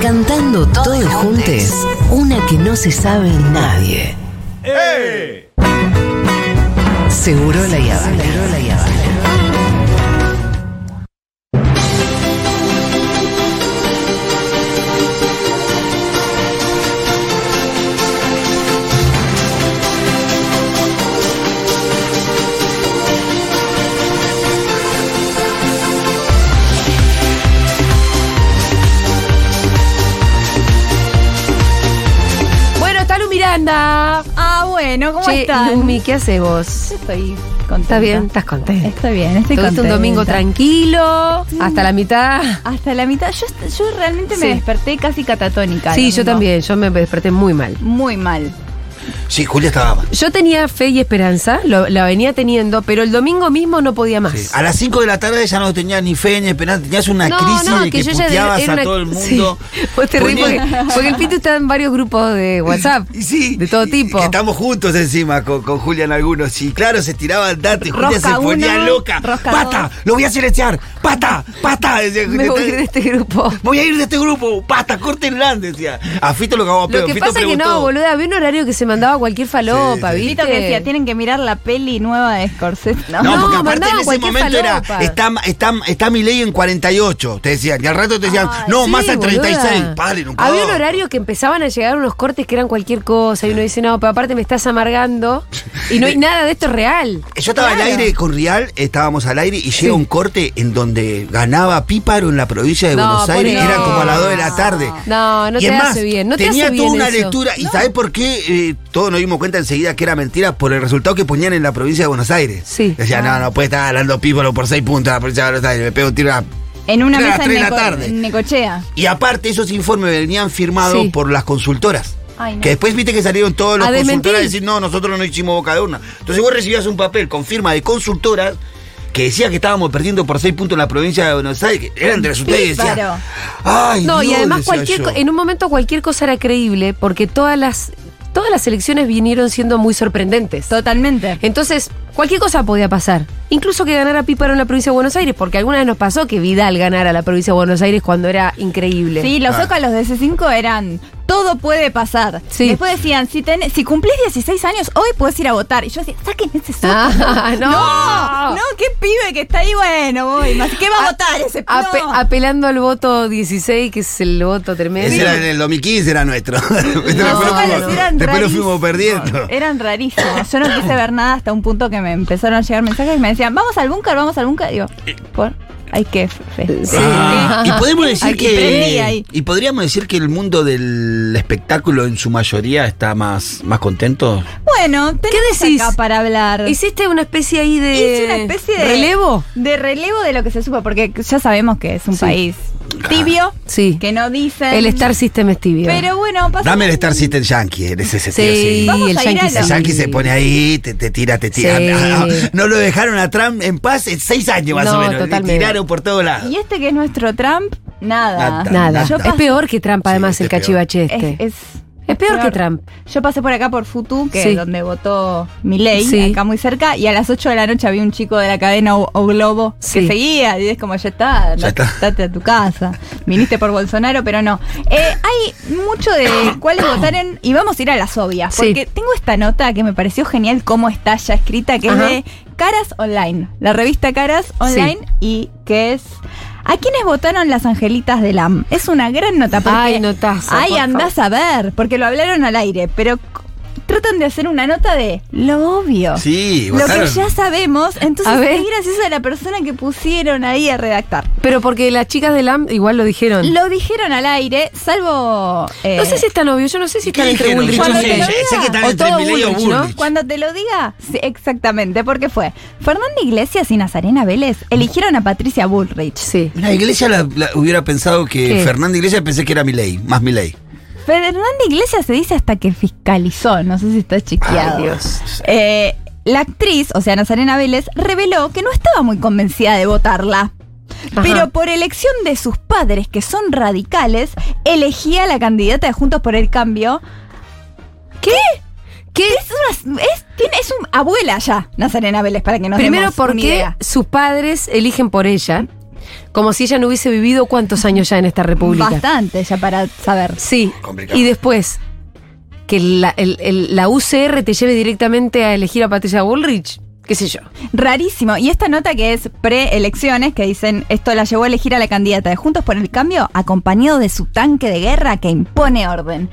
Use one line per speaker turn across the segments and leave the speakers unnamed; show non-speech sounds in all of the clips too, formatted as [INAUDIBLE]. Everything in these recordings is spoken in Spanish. Cantando todos juntos, una que no se sabe nadie. ¡Eh! Seguro la Yavana.
Bueno, está Lu Miranda.
Ah, bueno, ¿cómo
Che,
estás?
Lumi, ¿qué haces vos?
Estoy contenta.
¿Estás bien? ¿Estás contenta?
Estoy bien, estoy
Tuviste
contenta.
un domingo tranquilo, hasta la mitad.
Hasta la mitad. Yo, yo realmente me
Sí.
desperté casi catatónica.
Sí,
el
yo
domingo.
también, yo me desperté muy mal.
Muy mal.
Sí, Julia estaba mal.
Yo tenía fe y esperanza, lo- la venía teniendo, pero el domingo mismo no podía más.
A las 5 de la tarde ya no tenías ni fe ni esperanza, tenías una
No,
crisis
no,
de que,
yo ya
puteabas
era una-
a todo el
[LAUGHS] Sí.
mundo.
Vos te reís porque, porque el Pitu está en varios grupos de WhatsApp.
Y sí,
de todo
y-
tipo.
que estamos juntos encima con, con Julia en algunos. Y claro, se tiraba el dato y Julia
Rosca
se ponía
uno,
loca.
rosca
¡Pata!
dos.
¡Lo voy a silenciar! ¡Pata!
[LAUGHS]
¡Pata! Decía
Me
Julia,
voy a ir de este grupo.
"Voy a ir de este grupo. ¡Pata! ¡Córtenla! Decía. A Fito lo cagaba a
Lo
pedo.
que
Fito
pasa es que
preguntó,
no, boluda, había un horario que se mandaba cualquier falopa,
Sí, sí.
¿viste?
Vito que decía, tienen que mirar la peli nueva de Scorsese. No,
No,
No,
porque aparte
mandaban
en ese
cualquier
momento
falopa.
era. Está, está, está mi ley en 48. Te decían. Y al rato te decían. no,
Sí,
más al
boluda.
36. Padre, no puedo.
Había un horario que empezaban a llegar unos cortes que eran cualquier cosa y uno dice, no, pero aparte me estás amargando y no hay nada de esto real.
Eh, Yo estaba al
Claro.
aire con Rial, estábamos al aire y llega un corte en donde ganaba Píparo en la provincia de
No,
Buenos Aires,
ponele.
era como a las 2 de la tarde.
No, no
y
te
es
hace
más,
bien, no te
tenía
hace
toda
bien
una
eso.
lectura. ¿Y sabés por qué? Eh, todos nos dimos cuenta enseguida que era mentira por el resultado que ponían en la provincia de Buenos Aires.
Sí.
Decían, no, no puede estar ganando Píparo por 6 puntos en la provincia de Buenos Aires, me pego un tiro a la-
En una
Era
mesa
las
en,
tres de la
Neco-
tarde.
en Necochea.
Y aparte, esos informes venían firmados
Sí. Ah,
por las consultoras.
Ay, no.
Que después viste que salieron todos los
A
consultoras
desmentir.
a decir, no, nosotros no hicimos boca de urna. Entonces vos recibías un papel con firma de consultoras que decía que estábamos perdiendo por seis puntos en la provincia de Buenos Aires, que eran entre sus ustedes y
Claro.
decía, ay,
No, y
Dios",
además
decía
cualquier
yo.
co- en un momento cualquier cosa era creíble porque todas las todas las elecciones vinieron siendo muy sorprendentes.
Totalmente.
Entonces, cualquier cosa podía pasar. Incluso que ganara Píparo en la provincia de Buenos Aires, porque alguna vez nos pasó que Vidal ganara la provincia de Buenos Aires cuando era increíble.
Sí,
Ah.
los zócalos de C5 eran todo puede pasar.
Sí.
Después decían, si, ten- si cumplís 16 años, hoy puedes ir a votar. Y yo decía, saquen ese zócalo.
[LAUGHS]
[LAUGHS]
Ah, no.
No, ¡Oh! no, qué pibe que está ahí, bueno, voy. más. ¿Qué va a, votar ese pibe?
Ape- apelando al voto 16, que es el voto tremendo.
Ese era en el 2015, era nuestro. [LAUGHS] después
No,
Este lo
zócalos
fuimos, después
eran
lo
rarísimos.
fuimos perdiendo.
Eran rarísimos. Yo no quise ver nada hasta un punto que me empezaron a llegar mensajes y me decían, vamos al búnker, vamos al búnker. Digo, ¿por? Ay, qué fe.
Sí.
Ah, Y podemos decir
Ay, y prendí
que.
ahí.
Y podríamos decir que el mundo del espectáculo en su mayoría está más, más contento.
Bueno, tenemos
decís?
acá para hablar.
¿Hiciste una especie ahí de.
Hice una especie de
¿Relevo?
De relevo de lo que se supo, porque ya sabemos que es un
Sí.
país tibio,
Sí.
que no dicen.
El Star System es tibio.
Pero bueno, pasa.
Dame el Star System Yankee en ese sentido.
sí,
Vamos
el
a ir
Yankee.
a la-
El Yankee se pone ahí, te, te tira, te tira.
Sí.
No, no lo dejaron a Trump en paz en seis años más
No,
o menos. Le
totalmente.
tiraron por todos lados.
Y este que es nuestro Trump, nada.
Nada.
Nada.
Yo
Es
paso-
peor que Trump, además,
Sí,
el
este es
cachivache
Es,
este.
es,
Es peor que Trump.
Yo pasé por acá por Futu, que
Sí.
es donde votó Milei,
Sí.
acá muy cerca, y a las 8 de la noche había un chico de la cadena o, O Globo
Sí.
que seguía, y es como, ya está,
Ya está.
andate a tu casa. Viniste por Bolsonaro, pero no. Eh, hay mucho de cuáles votaron, y vamos a ir a las obvias,
Sí.
porque tengo esta nota que me pareció genial cómo está ya escrita, que
Ajá.
es de Caras Online, la revista Caras Online, y que es... ¿A quiénes votaron las angelitas del AM? Es una gran nota. porque
Ay, notazo,
Ay,
por
andás a ver, porque lo hablaron al aire, pero c- tratan de hacer una nota de lo obvio.
Sí,
Lo que
votaron.
ya sabemos, entonces
A ver.
qué graciosa la persona que pusieron ahí a redactar.
Pero porque las chicas del AM igual lo dijeron.
Lo dijeron al aire, salvo. eh,
Mm. no sé si es tan obvio, yo no sé si
¿Qué
están entre
dijeron?
Bullrich
Yo
o
Cuando
sé,
te lo
Milei.
sé que
diga.
están
O
entre
todo
Milei o
Bullrich, ¿no?
Bullrich.
Cuando te lo diga, sí, exactamente, porque fue Fernanda Iglesias y Nazarena Vélez eligieron a Patricia Bullrich.
Sí.
Mira, Iglesia la, la- hubiera pensado que
¿Qué?
Fernanda Iglesias pensé que era Milei, más Milei.
Fernanda Iglesias se dice hasta que fiscalizó, no sé si está chequeado.
Ay, Dios.
Eh, la actriz, o sea, Nazarena Vélez, reveló que no estaba muy convencida de votarla.
Ajá.
Pero por elección de sus padres, que son radicales, elegía a la candidata de Juntos por el Cambio. ¿Qué?
¿Qué?
Es una es, tiene- es un- abuela ya, Nazarena Vélez, para que nos
Primero
demos una
porque
idea.
sus padres eligen por ella. Como si ella no hubiese vivido cuántos años ya en esta república.
Bastante ya para saber.
Sí.
Complicado.
Y después, que la, el- el- la UCR te lleve directamente a elegir a Patricia Bullrich, qué sé yo.
Rarísimo. Y esta nota que es preelecciones, que dicen esto la llevó a elegir a la candidata de Juntos por el Cambio, acompañado de su tanque de guerra que impone orden.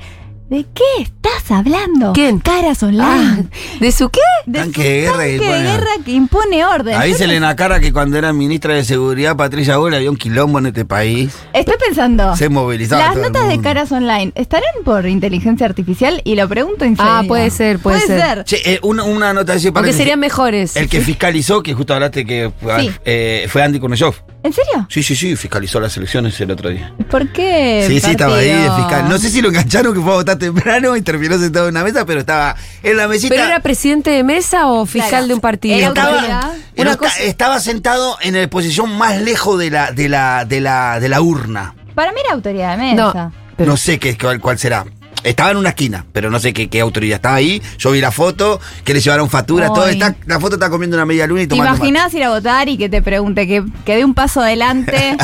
¿De qué estás hablando?
¿Quién?
Caras
Ah,
online.
¿De su qué?
De
Tanque
su
de guerra
tanque
y
de
bueno.
guerra que impone orden.
Ahí
Yo
se
no-
le en la cara que cuando era ministra de Seguridad, Patricia Bull, había un quilombo en este país.
Estoy pensando.
Se movilizaba
Las
todo el
notas de
mundo.
caras online estarán por inteligencia artificial y lo pregunto en
Ah,
serio.
puede ser, puede ser.
Che, eh, una, una nota así para
Porque
que-
serían mejores.
El que fiscalizó, que justo hablaste que
Sí.
eh, fue Andy Kurnesov.
¿En serio?
Sí, sí, sí, fiscalizó las elecciones el otro día.
¿Por qué?
Sí, sí, estaba ahí
partido?
de fiscal. No sé si lo engancharon que fue a votar temprano y terminó sentado en una mesa, pero estaba en la mesita.
¿Pero era presidente de mesa o fiscal
Claro.
de un partido?
Era autoridad.
estaba,
Una
no, está-
cosa-
estaba sentado en la posición más lejos de la, de la, de la, de la urna.
Para mí era autoridad de
No,
mesa.
pero-
No sé qué, cuál, cuál será. Estaba en una esquina, pero no sé qué, qué autoridad estaba ahí. Yo vi la foto, que le llevaron facturas, todo.
Ay.
Está, la foto está comiendo una media luna y
¿Te
tomando mate.
imaginás ir a votar y que te pregunte que, que dé un
[LAUGHS]
paso adelante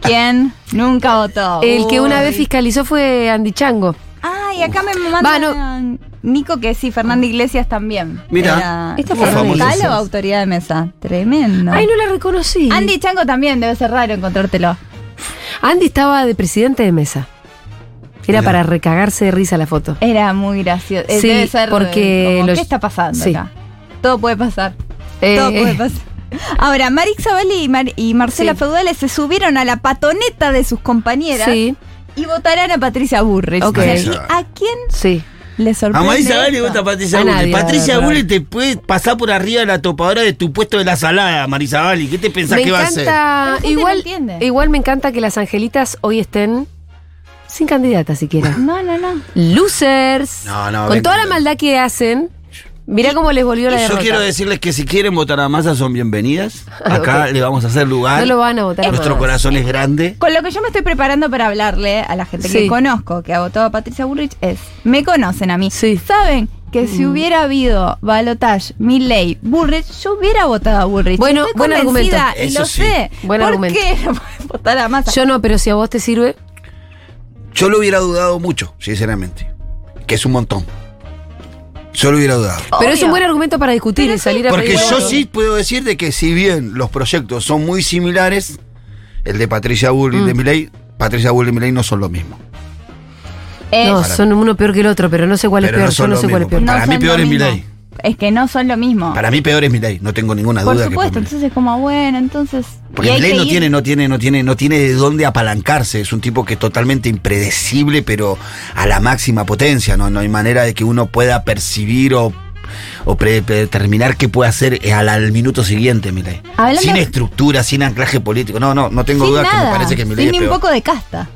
quién nunca votó?
El que una vez
Uy.
fiscalizó fue Andy Chango.
Ay, acá me mandan
Va, no.
a Nico que sí, Fernando Iglesias también.
Mirá.
Era-
Esta
¿Era
fue
fiscal
famosa.
o autoridad de mesa? Tremendo.
Ay, no la reconocí.
Andy Chango también, debe ser raro encontrártelo.
Andy estaba de presidente de mesa. Era
Mirá.
para recagarse de risa la foto.
Era muy gracioso. Eh,
Sí,
debe ser
porque
eh, como,
los-
¿Qué está pasando
sí.
acá? Todo puede pasar.
Eh,
Todo puede pasar. Ahora, Marix Zavalli y, Mar- y Marcela
Sí.
Feudales se subieron a la patoneta de sus compañeras
Sí,
y votarán a Patricia Burrich.
Ok.
O sea, ¿A quién
sí.
le
A
sorprende?
Marisa Vale
esto?
vota a Patricia
A
Bull.
nadie,
Patricia
la verdad.
Bull te puede pasar por arriba de la topadora de tu puesto de la salada, Marisa Vale. ¿Qué te pensás
Me
que va a hacer?
encanta.
La gente no
Igual,
entiende.
igual me encanta que las angelitas hoy estén sin candidata siquiera.
No, no, no.
Losers.
No, no,
Con
ven,
toda la
ven.
maldad que hacen. Mirá cómo les volvió la
Yo
derrota.
quiero decirles que si quieren votar a Massa son
[LAUGHS]
bienvenidas. Acá le vamos a hacer lugar.
Ah, No lo van a votar a
Nuestro
Massa.
corazón es grande.
Con lo que yo me estoy preparando para hablarle a la gente
Sí.
que conozco, que ha votado a Patricia Burrich, es, me conocen a mí.
Sí. Mm.
Saben que si hubiera habido balotage, Milley, Burrich, yo hubiera votado a Burrich.
Bueno,
Estoy
buen
convencida
argumento.
Y
Eso
lo
sí.
sé.
Buen
¿Por
argumento.
qué no pueden votar a Massa?
Yo no, pero si a vos te sirve.
Yo lo hubiera dudado mucho, sinceramente. Que es un montón. Yo lo hubiera dudado.
Pero es un
Obvio.
buen argumento para discutir
Pero
y
sí.
salir a
Porque
pedir
yo
votos.
sí puedo decir de que si bien los proyectos son muy similares, el de Patricia Bull y
Mm.
el de Milei, Patricia Bull y Milei no son lo mismo.
Eh,
No, son uno peor que el otro, pero no sé cuál es
Pero
peor.
no son
yo no
lo
sé cuál es
mismo.
peor.
no
para mí
son
peor
lo
es
mismo.
Milei.
Es que no son lo mismo.
Para mí peor es Milei, no tengo ninguna
Por
duda. que
supuesto,
fue Milei.
entonces es como bueno, entonces.
Porque
y hay
Milei
que
no
ir-
tiene, no tiene, no tiene, no tiene de dónde apalancarse. Es un tipo que es totalmente impredecible, pero a la máxima potencia. No, no hay manera de que uno pueda percibir o, o pre- predeterminar qué puede hacer eh, al, al minuto siguiente, Milei.
Hablando-
Sin estructura, sin anclaje político. No, no, no tengo
sin
duda que
nada,
me parece que Milei
sin
es
ni
peor.
un poco de casta.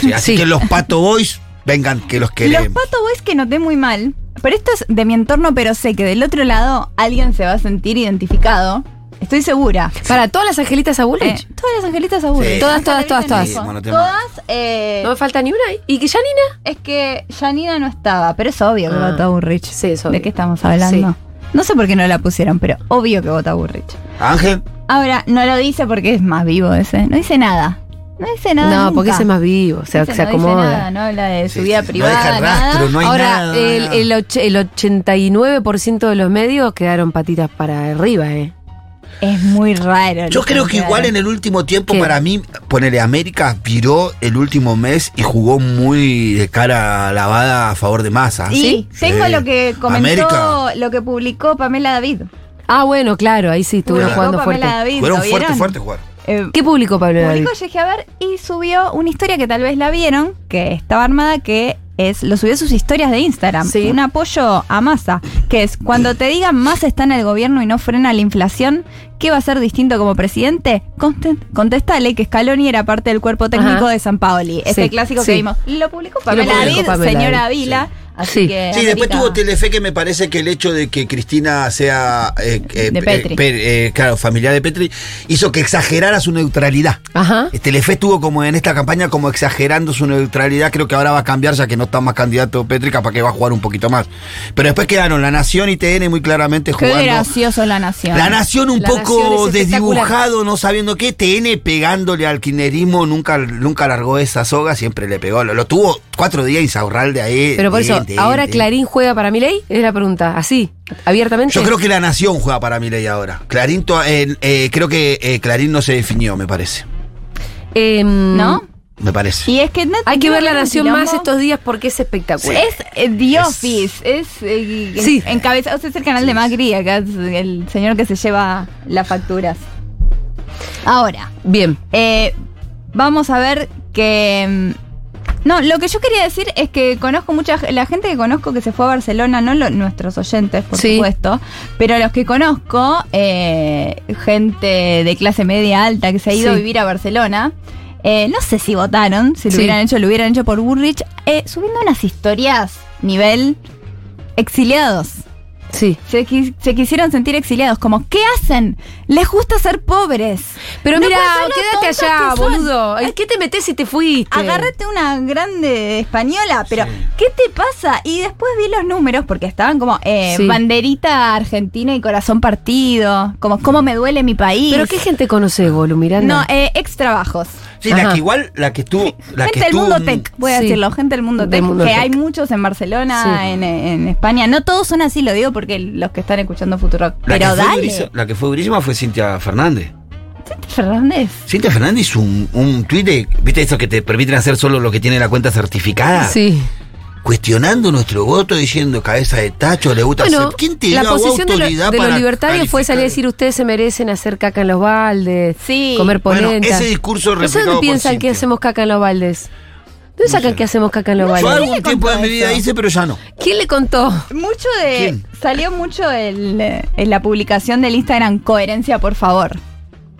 Sí, así
Sí.
que los Pato Boys vengan, que los
Los
queremos.
Pato Boys que noté muy mal, pero esto es de mi entorno, pero sé que del otro lado alguien se va a sentir identificado. Estoy segura.
Para todas las angelitas a
Eh,
Bullrich.
todas las angelitas aburridas.
Sí.
Todas, todas, todas, todas.
Sí, monotema.
Todas, eh,
No me falta ni una. ¿Y que Janina?
es que Janina no estaba, pero es obvio que
Ah.
votó a Burrich.
Sí, es obvio.
¿De qué estamos hablando?
Sí.
No sé por qué no la pusieron, pero obvio que vota a Burrich.
¿Ah, Ángel,
Ahora, no lo dice porque es más vivo ese. No dice nada. No dice
No,
nada.
porque
nunca.
ese es más vivo, o sea,
Ese
se
no dice nada,
acomoda.
no habla de su
Sí,
vida
sí, no
privada.
deja rastro,
nada.
no hay
Ahora,
nada.
el, el, och- el 89% de los medios quedaron patitas para arriba, ¿eh?
Es muy raro.
yo
lo
creo que igual en
quedaron.
el último tiempo,
¿Qué?
para mí, ponerle América viró el último mes y jugó muy de cara lavada a favor de masa.
Y tengo lo que comentó,
¿Ah, América.
lo que publicó Pamela David.
Ah, bueno, claro, ahí sí estuvieron
Publicó
jugando
Pamela
fuerte.
David, ¿lo
Fueron fuerte,
vieron?
fuerte jugar.
Eh,
¿Qué publicó Pablo David?
publicó Yeji Haber y subió una historia que tal vez la vieron, que estaba armada, que es, lo subió a sus historias de Instagram.
Sí.
Un apoyo a Massa, que es cuando te digan Massa está en el gobierno y no frena la inflación, ¿qué va a ser distinto como presidente? Conte- Contéstale que Scaloni era parte del cuerpo técnico
Ajá.
de San Paoli. Este
Sí,
clásico
sí.
que vimos. Lo publicó Pamela
publicó
David,
Pamela
señora
David,
Vila. Así
Sí.
que
Sí, después
América-
tuvo Telefe que me parece que el hecho de que Cristina sea, eh, eh,
De Petri.
eh, pe- eh, claro, familiar de Petri, hizo que exagerara su neutralidad. Eh,
Ajá.
Telefe estuvo como en esta campaña como exagerando su neutralidad, creo que ahora va a cambiar ya que no está más candidato Petri, capaz que va a jugar un poquito más. Pero después quedaron La Nación y TN muy claramente
Qué
jugando.
gracioso la nación.
La Nación un
La
poco
Nación es espectacular.
desdibujado, no sabiendo qué, TN pegándole al kirchnerismo, nunca, nunca largó esa soga, siempre le pegó. Lo, lo tuvo cuatro días Insaurralde ahí.
Pero por eso,
TN,
¿ahora
TN.
Clarín juega para Milei? Es la pregunta, así, abiertamente.
Yo creo que La Nación juega para Milei ahora. Clarín, to- eh, eh, creo que eh, Clarín no se definió, me parece.
Eh,
¿No?
Me parece.
Y es que no-
Hay que ver la
no
nación
quilombo.
más estos días porque es espectacular.
Es eh, The Office, es, eh,
Sí.
encabezado, es el canal de Macri, acá es el señor que se lleva las facturas. Ahora,
Bien.
eh, vamos a ver que... mm, No, lo que yo quería decir es que conozco mucha ge- la gente que conozco que se fue a Barcelona, no lo- nuestros oyentes, por
Sí.
supuesto, pero los que conozco, eh, gente de clase media alta que se ha ido a
Sí.
vivir a Barcelona, eh, no sé si votaron, si lo
Sí.
hubieran hecho, lo hubieran hecho por Burrich, eh, subiendo unas historias nivel exiliados.
Sí.
Se, qui- se quisieron sentir exiliados, como, ¿qué hacen? Les gusta ser pobres.
Pero
No
mira,
puedo ser lo
quédate
tontos
allá,
que son.
boludo. ¿En qué te metes si te fuiste?
Agárrate una grande española, pero ¿qué te pasa? Y después vi los números, porque estaban como eh,
Sí.
banderita argentina y corazón partido, como cómo me duele mi país.
¿Pero qué gente conoces, boludo,
No,
Miranda?
eh, ex trabajos.
Sí, la
Ajá.
que igual, la que estuvo. La
gente
que
del
estuvo
mundo
un-
tech, voy a
Sí.
decirlo, gente del mundo
Del
tech,
mundo
que
tech.
hay muchos en Barcelona,
Sí.
en, en España. No todos son así, lo digo porque los que están escuchando Futuro.
La
Pero
que fue
dale.
durisa- la que fue durísima fue Cintia Fernández.
Fernández.
Cintia Fernández hizo un, un tuit de, ¿viste eso que te permiten hacer solo lo que tiene la cuenta certificada?
Sí.
Cuestionando nuestro voto, diciendo cabeza de tacho, le gusta
Bueno,
hacer- ¿Quién te
la
dio a vos
posición de, lo-
autoridad
de los
para
libertarios fue salir a
calificar?
decir ustedes se merecen hacer caca en los baldes,
Sí.
comer
Bueno,
polenta.
ese discurso
¿No sé
replicado
dónde
por
piensan que
Cintia.
hacemos caca en los baldes? ¿Dónde sacan que hacemos caca en los
Yo
baldes?
algún
le
tiempo de
contó
mi vida
eso?
hice, pero ya no.
¿Quién
[LAUGHS]
le contó?
Mucho de.
¿Quién?
Salió mucho el, eh, en la publicación del Instagram Coherencia, por favor.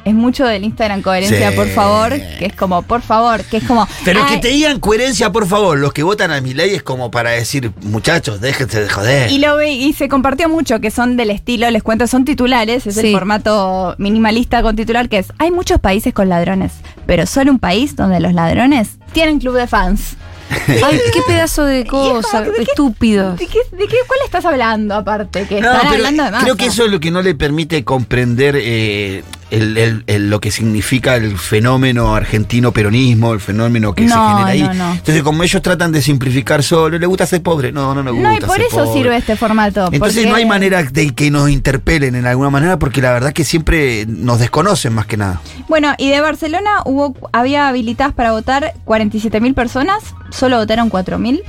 Es mucho del Instagram Coherencia,
Sí.
por favor. Que es como, por favor, que es como.
Pero que
ay,
te digan coherencia, por favor, los que votan a mi ley es como para decir, muchachos, déjense de joder.
Y, lo vi- y se compartió mucho, que son del estilo, les cuento, son titulares, es el
Sí.
formato minimalista con titular, que es, hay muchos países con ladrones, pero solo un país donde los ladrones tienen club de fans.
Ay, qué pedazo de
[LAUGHS] Y es como,
cosa,
¿de qué-
estúpidos.
¿De, qué, ¿De qué cuál estás hablando aparte? Que
No,
están
pero
hablando de más.
creo que eso es lo que no le permite comprender eh, el- el- el- lo que significa el fenómeno argentino peronismo, el fenómeno que se
No,
genera ahí.
no, no.
Entonces, como ellos tratan de simplificar solo, le gusta ser pobre. No, no me gusta.
No, y por
ser
eso
pobre.
sirve este formato.
Entonces
porque-
eh,
no hay manera de que nos interpelen en alguna manera porque la verdad que siempre nos desconocen más que nada.
Bueno, y de Barcelona hubo había habilitadas para votar 47.000 personas, solo votaron 4.000,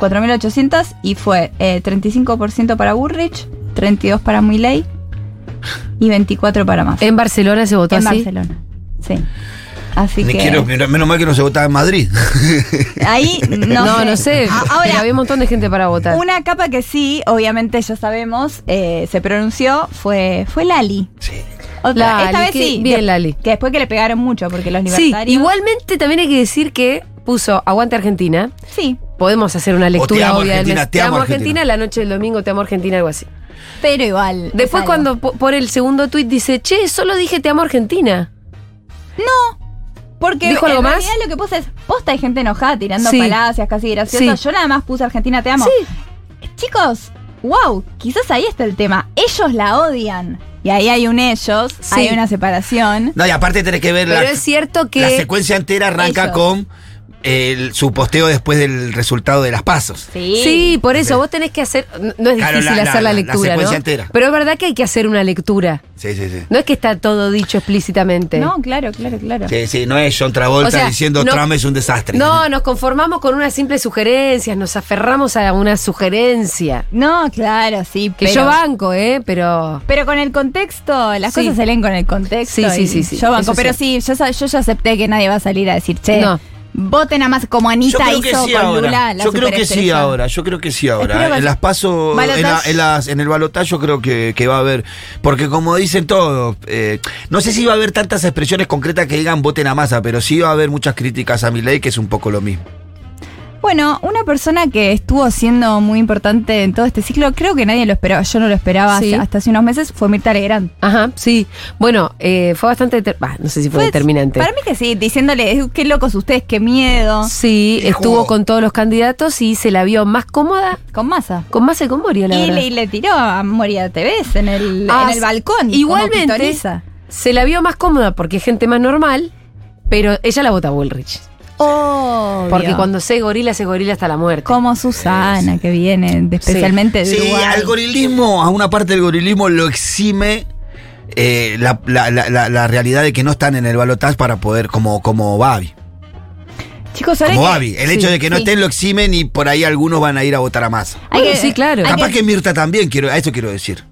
4.800 y fue eh, 35% para Burrich, 32 para Milei y 24 para más.
En Barcelona se ¿Eh, votó
en
así.
Barcelona. Sí. Así
Ni
que
quiero- menos mal que no se votaba en Madrid. [LAUGHS]
ahí no,
No, no sé.
A-
pero
Ahora
había un montón de gente para votar.
una capa que sí, obviamente ya sabemos, eh, se pronunció fue fue Lali.
Sí.
Otra,
Lali,
esta vez
qué
sí.
bien,
de-
Lali.
Que después que le pegaron mucho porque los
Sí,
libertarios.
igualmente también hay que decir que puso Aguante Argentina.
Sí.
Podemos hacer una
te
lectura
amo,
obvia del
Argentina,
mes.
te amo, Argentina.
la noche del domingo, te amo Argentina, algo así.
Pero igual. es
Después
algo.
cuando po- por el segundo tuit dice, che, solo dije te amo Argentina.
Porque
¿Dijo
en
algo más?
realidad lo que puse es, posta hay gente enojada tirando
Sí.
palacias, casi graciosas.
Sí.
Yo nada más puse Argentina te amo.
Sí.
Chicos, wow, quizás ahí está el tema. Ellos la odian. Y ahí hay un ellos,
Sí.
hay una separación.
No, y aparte tenés que ver
Pero
la,
es cierto que...
la secuencia entera arranca
Ellos.
con el- su posteo después del resultado de las pasos.
Sí.
Sí, por eso vos tenés que hacer... no- No es
Claro,
difícil
la- la-
hacer
la- la
la, lectura,
secuencia
¿no?
entera.
Pero es verdad que hay que hacer una lectura.
Sí, sí, sí.
No es que está todo dicho explícitamente.
No, claro, claro, claro.
Sí, sí, no es John Travolta
O sea,
diciendo
no-
Trump es un desastre.
No, nos conformamos con unas simples sugerencias, nos aferramos a una sugerencia.
No, claro, sí.
Que
pero,
yo banco, ¿eh? Pero...
Pero con el contexto, las
Sí.
cosas se leen con el contexto.
Sí, sí,
y
sí, sí,
Yo banco,
eso
pero
sí.
sí, yo, sa- yo ya acepté que nadie va a salir a decir, che,
No.
voten a más como
Yo
Anita
creo que
hizo
sí
con Lula.
ahora.
la
Yo creo que sí
superestrella.
ahora. Yo creo que sí
Espero
ahora. ¿eh?
que-
En las pasos, en, la- en las- en el balotaje, yo creo que, que va a haber. Porque como dicen todos, eh, no sé si va a haber tantas expresiones concretas que digan voten a masa, pero sí va a haber muchas críticas a mi ley, que es un poco lo mismo.
Bueno, una persona que estuvo siendo muy importante en todo este ciclo, creo que nadie lo esperaba, yo no lo esperaba
Sí.
hace- hasta hace unos meses, fue Mirta Legrand.
Ajá, sí. Bueno, eh, fue bastante. deter- bah, no sé si fue, determinante.
Para mí que sí, diciéndole, "Eh, qué locos ustedes, qué miedo.
Sí,
Y
estuvo
jugó.
con todos los candidatos y se la vio más cómoda
Con masa.
con más con Moria, la
Y
verdad.
le, y le tiró a Moria Tevez en el,
Ah,
en el balcón.
igualmente.
como pitoniza.
Se la vio más cómoda porque es gente más normal, pero ella la vota a Bullrich.
Obvio.
Porque cuando se gorila, se gorila hasta la muerte.
Como Susana, que viene de-
Sí.
especialmente de
Sí,
Uruguay.
al gorilismo, a una parte del gorilismo lo exime eh, la, la- la- la- la realidad de que no están en el balotaje para poder, como, como Babi.
Chicos, ¿sabés
Como eh.
qué?
Babi. El
Sí,
hecho de que no
sí.
estén lo eximen y por ahí algunos van a ir a votar a más.
Hay
Bueno, sí, claro.
hay
Capaz que... Mirta también, quiero, a eso quiero decir.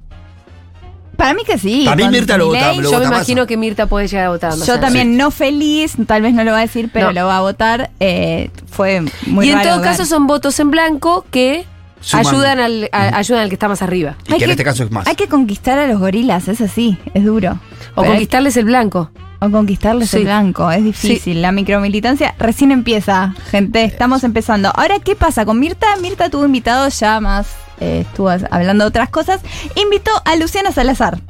Para mí que sí.
Para mí
con
Mirta lo
Milei,
votaba, lo
Yo me
vota Massa.
imagino que Mirta puede llegar a votar a Massa.
Yo también, no feliz, tal vez no lo va a decir, pero
No.
lo va a votar. eh, fue muy
y en
raro
todo
ver.
caso son votos en blanco que
Suman.
ayudan al, a- ayudan al que está más arriba.
Y
Hay
que en
que-
este caso es más.
Hay que conquistar a los gorilas, es así, es duro.
O
Pero hay-
conquistarles el blanco.
o conquistarles
Sí.
el blanco, es difícil. La micromilitancia recién empieza, gente, estamos empezando. Ahora, ¿qué pasa con Mirta? Mirta tuvo invitado ya más, eh, estuvo hablando de otras cosas, invitó a Luciana Salazar.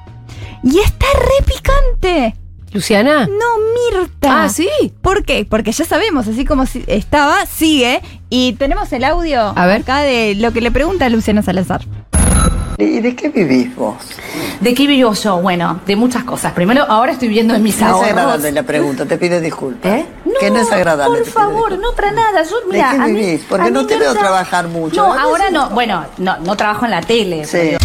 Y está re picante.
¿Luciana?
No, Mirta.
Ah, ¿sí?
¿Por qué? Porque ya sabemos, así como si- estaba, sigue. Y tenemos el audio
A ver.
acá de lo que le pregunta Luciana Salazar.
¿Y de qué vivís vos?
¿De qué vivo yo? Bueno, de muchas cosas. Primero, ahora estoy viviendo de mis
No es
ahorros.
agradable la pregunta, te pido disculpas.
¿Eh?
que no es agradable. te pido
Por favor,
disculpas.
no para nada. Yo,
¿De
mira,
qué
a mí-
vivís? Porque
a
no
mí
te
me
veo
tra-
trabajar mucho.
No,
A veces
ahora no. Bueno, no, no trabajo en la tele.
Sí.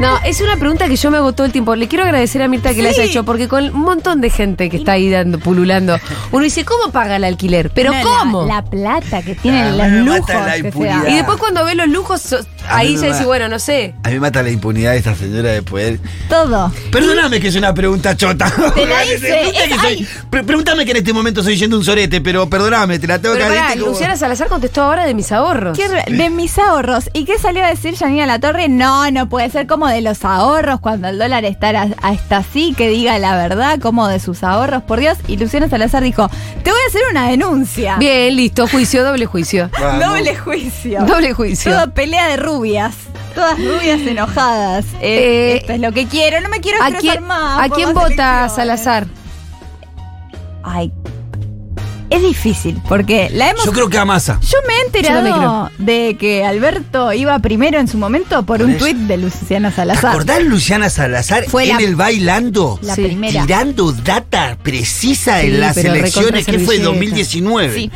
No, es una pregunta que yo me hago todo el tiempo. Le quiero agradecer a Mirta que la haya hecho, porque con un montón de gente que está ahí dando, pululando, uno dice, ¿cómo paga el alquiler? ¿Pero
No,
cómo?
La, la plata que tiene,
Ah,
los
me mata
lujos.
la
que se
impunidad.
da.
y después cuando ve los lujos, so-
A mí
ahí
me
ya decís,
va.
bueno, no sé.
A mí me mata la impunidad de esta señora de poder.
Todo.
Perdóname que es una pregunta chota. [LAUGHS]
Te la hice,
Pregúntame
es-
que soy-
ay.
pre- pregúntame que en este momento soy yendo un sorete, pero perdóname, te la tengo
Pero
que
pará,
decir como-
Luciana Salazar contestó ahora de mis ahorros.
Qué re- de mis ahorros. ¿Y qué salió a decir Janina La Torre? No, no puede ser como de los ahorros cuando el dólar está a- hasta así, que diga la verdad, como de sus ahorros, por Dios. Y Luciana Salazar dijo, te voy a hacer una denuncia.
Bien, listo, juicio, doble juicio.
Vamos.
Doble juicio.
Doble juicio.
Toda pelea de rubias. Todas rubias enojadas. Eh,
Eh,
esto es lo que quiero. No me quiero
¿A
estresar
quién,
más.
¿a
por
quién
más
vota
elecciones.
Salazar?
eh. Ay. Es difícil, porque la hemos
Yo creo que amasa.
Yo me he
Yo
enterado
no
de que Alberto iba primero en su momento por
Por
un
eso.
tuit de Luciana
¿Te
Salazar.
acordás Luciana Salazar
Fue
en
la-
el bailando?
La
Sí.
primera.
Tirando data precisa
Sí,
en las
pero
elecciones, que fue
recontra servilleta.
2019.
Sí.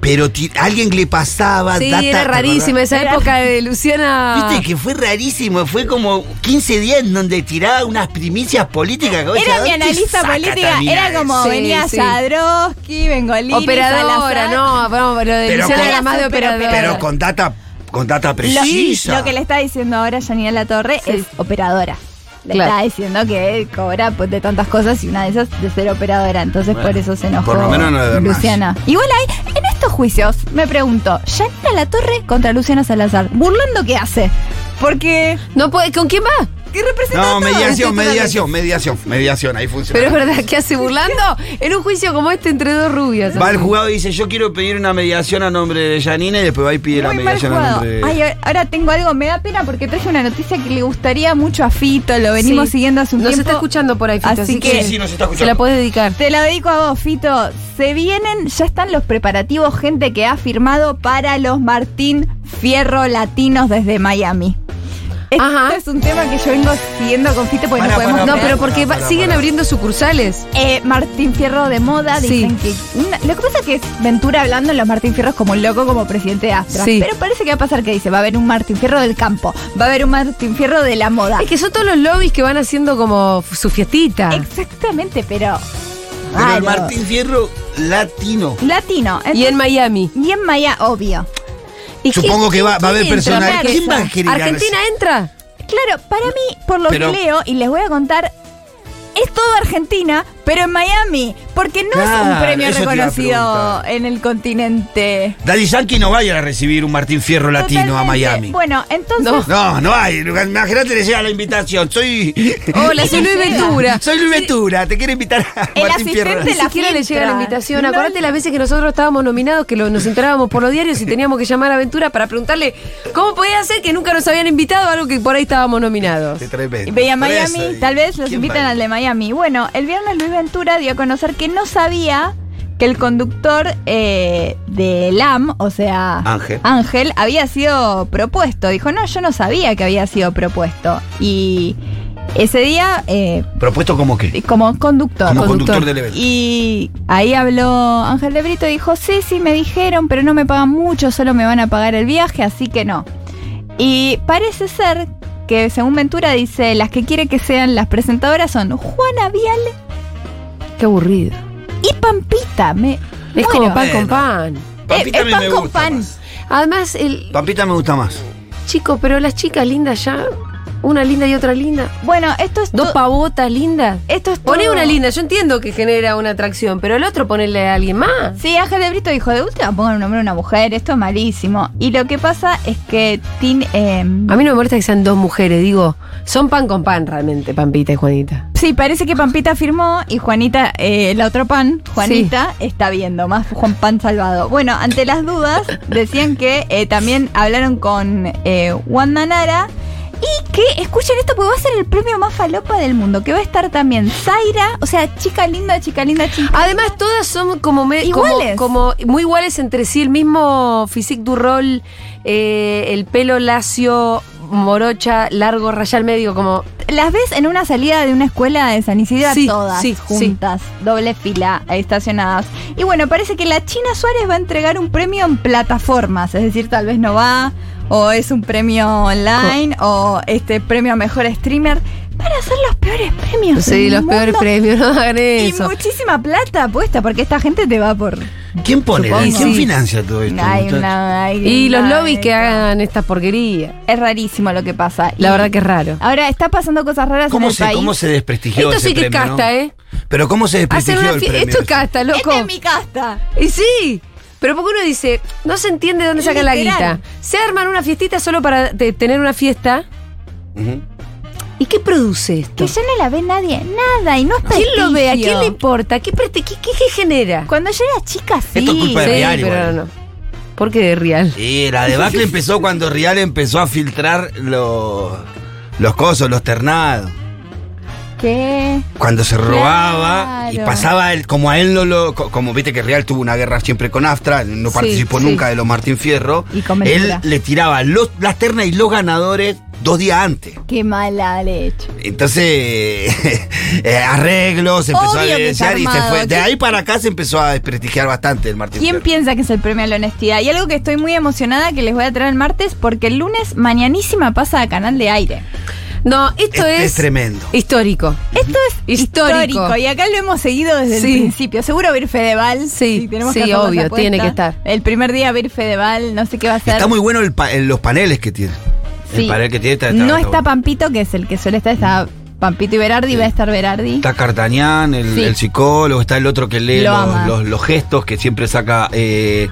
Pero ti- alguien le pasaba
Sí,
Ah, data.
era
¿te
rarísima esa
Era-
época de Luciana.
acordás?
Ah.
Viste que fue rarísimo, fue como 15 días en donde tiraba unas primicias políticas. que vos
Era
decías,
mi
"¿Dónde
analista
saca esta
política,
mina
era
de
como
Sí,
venía
sí.
Sadrowski, Bengolini,
Operadora,
Salazar.
no, bueno, lo de
Pero
Luciana
con-
era más de
pero-
operadora.
Pero con data, con data
Lo,
precisa.
lo que le está diciendo ahora Janina La Torre
Sí.
es operadora. Le
Claro.
está diciendo que cobra pues, de tantas cosas y una de esas de ser operadora. Entonces por eso se enojó
por lo menos no debe más.
Luciana. Igual hay, en estos juicios, me pregunto, Janina La Torre contra Luciana Salazar, burlando qué hace. Porque
No puede, ¿Con quién va?
¿Qué representa
No,
todo?
mediación,
Estoy
mediación, mediación, mediación, ahí funciona.
Pero es verdad, ¿qué hace
[LAUGHS]
burlando? En un juicio como este entre dos rubias.
Va el juzgado y dice, yo quiero pedir una mediación a nombre de Janine y después va y pide la
totalmente- Muy mal
mediación a
jugado.
nombre de...
Ay, ahora- ahora tengo algo, me da pena porque traje una noticia que le gustaría mucho a Fito, lo venimos
Sí.
siguiendo hace un
Nos
tiempo.
está escuchando por ahí, Fito,
así
así
que-
que
Sí, sí, nos está
se la
escuchando.
puedes dedicar.
Te la dedico a vos, Fito. Se vienen, ya están los preparativos, gente que ha firmado para los Martín Fierro Latinos desde Miami. Esto
Ajá.
es un tema que yo vengo siguiendo con Fito porque
Pará,
no podemos.
pará,
No,
creer.
pero porque
Pará,
va-
pará,
siguen
pará.
abriendo sucursales.
Eh, Martín Fierro de moda,
Sí.
dicen que. una- lo que pasa es que es Ventura hablando los Martín Fierros como un loco, como presidente de Astra.
Sí.
Pero parece que va a pasar que dice: va a haber un Martín Fierro del campo, va a haber un Martín Fierro de la
Ah.
moda.
Es que son todos los lobbies que van haciendo como f- su fiestita.
Exactamente, pero.
Pero el
raro.
Martín Fierro latino.
Latino.
Y en Miami.
y en Maya, obvio.
¿Y
Supongo que va- va a haber
quién entra?
personal.
Porque
¿Quién va a generar
¿Argentina
[LAUGHS]
entra?
Claro, para mí, por lo
Pero-
que leo y les voy a contar, es todo Argentina, pero en Miami. Porque no es un
Claro,
premio
eso te iba a
reconocido
preguntar.
en el continente.
Daddy Yankee no va a ir a recibir un Martín Fierro latino a
Totalmente.
Miami.
Bueno, entonces.
No.
No, no hay. Imagínate, le llega la invitación. Soy.
Hola, soy Luis Ventura.
[LAUGHS] Soy Luis Ventura. Te quiero invitar a
El
Martín Fierro.
asistente
Ni
la
siquiera le
filtra.
llega la invitación.
No.
Acordate las veces que nosotros estábamos nominados, que lo- nos enterábamos por los diarios y teníamos que llamar a Ventura para preguntarle cómo podía ser que nunca nos habían invitado a algo que por ahí estábamos nominados.
Qué tremendo.
Veía
Por eso,
Miami,
y-
tal vez los
¿quién
invitan
va a
al
ir?
de Miami. Bueno, el viernes Luis Ventura dio a conocer que no sabía que el conductor eh, de LAM, o sea,
Ángel.
había sido propuesto. Dijo, no, yo no sabía que había sido propuesto. Y ese día, eh,
¿Propuesto como qué?
como conductor.
Como conductor,
conductor.
del evento.
Y ahí habló Ángel de Brito y dijo, sí, sí, me dijeron, pero no me pagan mucho, solo me van a pagar el viaje, así que no. Y parece ser que, según Ventura dice, las que quiere que sean las presentadoras son Juana Viale
Qué aburrido.
y Pampita. Me
Es
muero.
como pan
Bueno.
con pan.
Pampita
Eh,
a mí
es pan
me
con
gusta
pan.
más.
Además, el
Pampita me gusta más.
chico, pero las chicas lindas ya, una linda y otra linda.
Bueno, esto es
Dos
to-
pavotas lindas.
esto es
Poné
todo.
una linda, yo entiendo que genera una atracción, pero el otro ponerle a alguien más.
Sí, Ángel de Brito dijo, de última pongan un hombre a una mujer, esto es malísimo. Y lo que pasa es que Tin... em,
A mí no me molesta que sean dos mujeres, digo, son pan con pan realmente, Pampita y Juanita.
Sí, parece que Pampita firmó y Juanita, eh, la otra pan, Juanita, está viendo, más Juan Pan Salvado. Bueno, ante las dudas, decían que eh, también hablaron con eh, Wanda Nara y que, escuchen esto, porque va a ser el premio más falopa del mundo, que va a estar también Zaira, o sea, chica linda, chica linda, chica.
Además, todas son como, me-
Iguales.
como, como muy iguales entre sí, el mismo physique du rol, eh, el pelo lacio, morocha, largo, rayal medio, como
Las ves en una salida de una escuela de San Isidro,
Sí,
todas
sí,
juntas, doble fila, eh, estacionadas. Y bueno, parece que la China Suárez va a entregar un premio en plataformas, es decir, tal vez no va, o es un premio online, o este premio a mejor streamer, para hacer los peores
[LAUGHS]
premios.
Sí,
del
los
mundo.
peores premios, no hagan
Y
eso.
muchísima plata apuesta, porque esta gente te va por.
¿Quién pone?
Supongo.
¿Quién
Sí.
financia todo esto?
Ay,
muchachos?
una- ay,
Y los
una-
lobbies que hagan estas porquerías.
Es rarísimo lo que pasa.
La
Y
verdad que es raro.
Ahora está pasando cosas raras en
¿Cómo
el
se,
país.
¿Cómo se desprestigió
Esto
ese
sí que es
premio,
casta,
no?
¿eh?
Pero ¿cómo se
Hacer
desprestigió
una
el
fie-
premio?
Esto Este es
ese?
casta, loco.
Esta es mi casta.
Y sí, pero porque uno dice, no se entiende dónde sacan la
Literal.
guita. Se arman una fiestita solo para te- tener una fiesta.
Ujú.
¿Y qué produce esto?
Que ya no la ve nadie, nada, y no es
¿Quién lo ve? ¿A
prestigio.
quién le importa? ¿Qué, preste- qué, qué- qué genera?
Cuando yo era chica, sí.
Esto es culpa de-
Sí,
Real igual.
pero no, no. ¿Por qué de real?
Sí, la
[LAUGHS]
debacle empezó cuando Rial empezó a filtrar los, los cosos, los ternados.
¿Qué?
Cuando se robaba y
Claro.
pasaba él, como a él no lo. co- Como viste que Real tuvo una guerra siempre con Aftra, no
Sí,
participó
sí.
nunca de los Martín Fierro.
Y con
él
Ventura.
le tiraba los, las ternas y los ganadores dos días antes.
Qué mala leche.
Entonces, [LAUGHS] eh, arreglos, empezó
Obvio
a
que
evidenciar y se
desarmado,
fue. De
¿quién-
ahí para acá se empezó a desprestigiar bastante el Martín
¿Quién
Fierro.
piensa que es el premio a la honestidad? Y algo que estoy muy emocionada que les voy a traer el martes, porque el lunes mañanísima pasa a Canal de Aire.
No, esto
Este
es,
es tremendo.
histórico.
Esto es
Histórico.
histórico. Y acá lo hemos seguido desde
Sí.
el principio. Seguro va a ir Fedeval.
Sí,
si tenemos
sí,
que hacer las
obvio,
apuestas.
tiene que estar.
El primer día va a ir Fedeval, no sé qué va a hacer.
Está muy bueno el pa- en los paneles que tiene.
Sí.
El panel que tiene está.
no está
bueno.
Pampito, que es el que suele estar, está Pampito y Berardi, va a estar Berardi.
Está Cartañán, el,
Sí.
el psicólogo, está el otro que lee
Lo
los-
ama.
los, los gestos que siempre saca. Eh,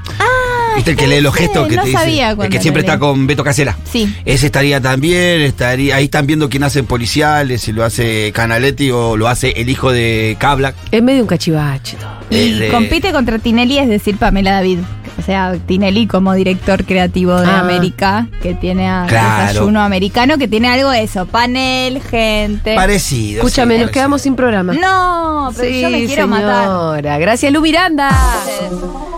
¿Viste el que lee los
ese,
gestos que
no
te
sabía
dice? El
cuando
que
lo
siempre
leí.
está con Beto Casela.
Sí.
Ese estaría también, estaría. Ahí están viendo quién hace policiales, si lo hace Canaletti o lo hace el hijo de Kabla.
Es medio un cachivache. todo.
Y
Eh, de-
compite contra Tinelli, es decir, Pamela David. O sea, Tinelli como director creativo de
Ah.
América, que tiene a
Claro.
desayuno americano, que tiene algo de eso, panel, gente.
Parecido.
Escúchame,
sí,
nos
parecido.
quedamos sin programa.
no, pero yo me quiero matar.
señora. Gracias, Lu Miranda.